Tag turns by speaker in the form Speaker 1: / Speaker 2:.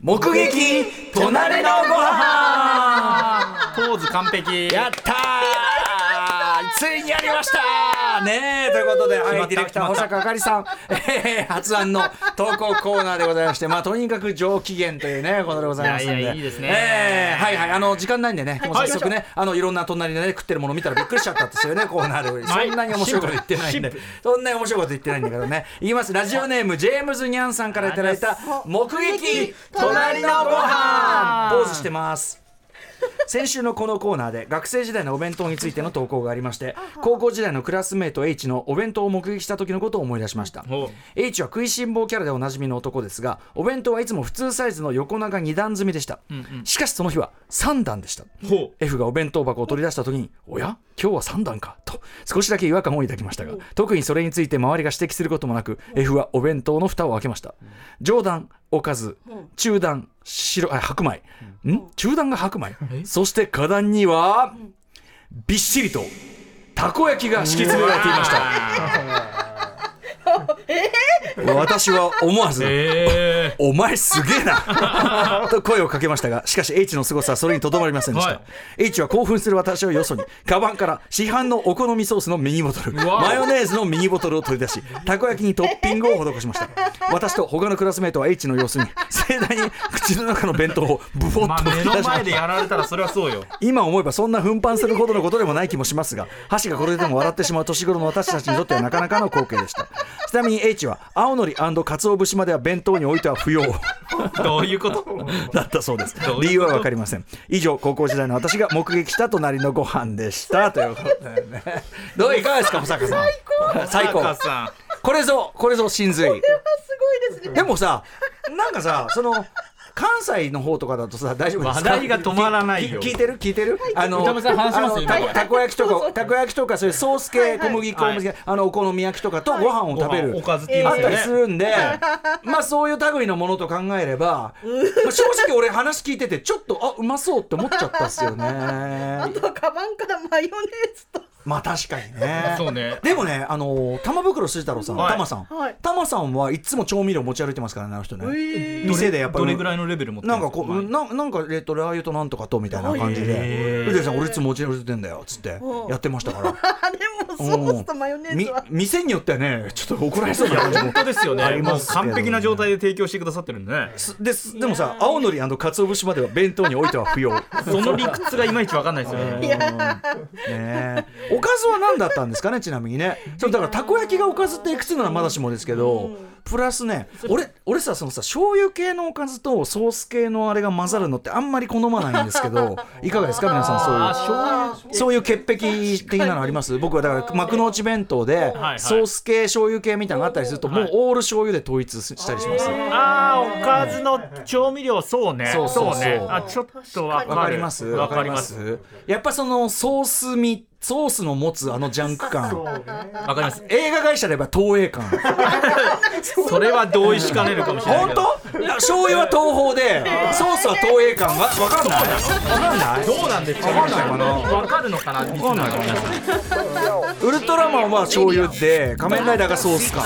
Speaker 1: 目撃隣のご飯
Speaker 2: ポーズ完璧
Speaker 1: やったーついにやりましたねえということで、は
Speaker 2: ま
Speaker 1: い、
Speaker 2: った
Speaker 1: ディレクター保
Speaker 2: 決まった
Speaker 1: 坂あかりさん、えー、発案の投稿コーナーでございまして、まあ、とにかく上機嫌というね、ことでございますんで。
Speaker 2: いやいやいいですね
Speaker 1: えーはいはい、あの、時間ないんでね、もう
Speaker 2: はい
Speaker 1: 早速ね、あの、いろんな隣でね、食ってるもの見たらびっくりしちゃったってそういうね、コーナーで。
Speaker 2: はい
Speaker 1: そんなに面白いこと言ってないんで
Speaker 2: シンプル。
Speaker 1: そんなに面白いこと言ってないんだけどね。言います。ラジオネーム、ジェームズ・ニャンさんからいただいた、目撃隣のご飯ポーズしてます。先週のこのコーナーで学生時代のお弁当についての投稿がありまして高校時代のクラスメート H のお弁当を目撃した時のことを思い出しました
Speaker 2: おう
Speaker 1: H は食いしん坊キャラでおなじみの男ですがお弁当はいつも普通サイズの横長2段積みでした、しかしその日は3段でした
Speaker 2: ほ
Speaker 1: F がお弁当箱を取り出した時に「おや今日は3段か」と少しだけ違和感を抱きましたが特にそれについて周りが指摘することもなく F はお弁当の蓋を開けました上段おかず中段白あ白米ん中段が白米そして下段にはびっしりとたこ焼きが敷き詰められていました私は思わず
Speaker 2: え
Speaker 1: お前すげえ なと声をかけましたが、しかし H の凄さはそれにとどまりませんでした。
Speaker 2: はい
Speaker 1: H は興奮する私をよそに、カバンから市販のお好みソースのミニボトル、
Speaker 2: うわ
Speaker 1: マヨネーズのミニボトルを取り出し、たこ焼きにトッピングを施しました。私と他のクラスメートは H の様子に、盛大に口の中の弁当をブボ
Speaker 2: ー
Speaker 1: ッ
Speaker 2: まあ
Speaker 1: と
Speaker 2: 目
Speaker 1: 吹き出
Speaker 2: の
Speaker 1: しま
Speaker 2: 前
Speaker 1: し
Speaker 2: で
Speaker 1: た。
Speaker 2: やられたらそれはそうよ
Speaker 1: 今思えばそんな奮発するほどのことでもない気もしますが箸がこれでも笑ってしまう年頃の私たちにとってはなかなかの光景でしたちなみに H は青のり鰹節までは弁当に置いては不要
Speaker 2: どういうこと
Speaker 1: だったそうです
Speaker 2: どういうこと
Speaker 1: 理由は分かりません以上高校時代の私が目撃した隣のご飯でしたということでねどういかがですか保坂さん最高
Speaker 2: 高さ
Speaker 1: これぞこれぞ真髄
Speaker 3: すごいですね。
Speaker 1: でもさなんかさその関西の方とかだとさ大丈夫ですか
Speaker 2: 話題が止まらないよ
Speaker 1: き聞いてる聞いてるあの
Speaker 4: 歌丸さん話しますよ
Speaker 1: あの
Speaker 4: 今
Speaker 1: た
Speaker 4: から
Speaker 1: たこ焼きとかたこ焼きとかそういうソース
Speaker 3: はいは
Speaker 1: 系
Speaker 3: い
Speaker 1: 小麦粉、
Speaker 2: はい
Speaker 1: 小麦粉あのお好み焼きとかとご飯を食べる
Speaker 2: ご飯おかずって言いま
Speaker 1: あっ
Speaker 2: す
Speaker 1: た
Speaker 2: よ
Speaker 1: り
Speaker 2: ね
Speaker 1: するん で、まあそういう類のものと考えれば、まあ正直俺話聞いててちょっとあうまそうって思っちゃったっすよ
Speaker 3: あ
Speaker 1: ね。
Speaker 3: とカバンからマヨネーズと。
Speaker 1: まあ確かにね。
Speaker 2: そうね
Speaker 1: でもね、あの玉袋筋太郎さん、
Speaker 2: はい
Speaker 1: 玉さん、
Speaker 3: はい
Speaker 1: 玉さんはいつも調味料持ち歩いてますからね、あの人ね。店でやっぱり
Speaker 2: どれぐらいのレベル持って
Speaker 1: なんかこう、
Speaker 2: う
Speaker 1: ななんか、えっと、ラー油となんとかとみたいな感じで
Speaker 2: へ、ー
Speaker 1: うでさん、俺いつも持ち歩いてんだよっつって
Speaker 3: うん
Speaker 1: やってましたから。
Speaker 3: あでも ソースとマヨネーズは
Speaker 1: み。店によってはね、ちょっと怒られそうな感じも
Speaker 2: 本。当ですよ
Speaker 1: あ
Speaker 2: ね
Speaker 1: り
Speaker 2: も
Speaker 1: ま
Speaker 2: う
Speaker 1: すけど
Speaker 2: 完璧な状態で提供してくださってるんでね
Speaker 1: すですでもさ、青のり鰹節までは弁当に置いては不要。ね
Speaker 2: その理屈がいまいちわかんないですよね
Speaker 1: えおかずは何だったんですかね、ちなみにね。そうだから、たこ焼きがおかずっていくつならまだしもですけど、プラスね、俺、俺さ、そのさ、醤油系のおかずとソース系のあれが混ざるのってあんまり好まないんですけ ど、いかがですか、皆さん、そういう。
Speaker 2: あー
Speaker 1: そういう潔癖的なのあります僕はだから幕の内弁当で
Speaker 2: はい
Speaker 1: ソース系醤油系みたいなのがあったりするとも
Speaker 2: は
Speaker 1: う
Speaker 2: い
Speaker 1: オール醤油で統一したりします
Speaker 2: あーおかずの調味料そうね
Speaker 1: そうそうそう
Speaker 2: ねあちょっとわかる
Speaker 1: わかります
Speaker 2: わかります
Speaker 1: やっぱそのソース味ソースの持つあのジャンク感
Speaker 2: わかります
Speaker 1: 映画会社で言えば東映感
Speaker 2: それは同意しかねるかもしれない
Speaker 1: 本
Speaker 2: けど
Speaker 1: 当いや醤油は東宝でソースは東映感わわかんないわかんない
Speaker 2: どうなんですか
Speaker 1: わかんないかな
Speaker 2: わかるのかなリスナーの皆さん
Speaker 1: ウルトラマンは醤油で仮面ライダーがソース感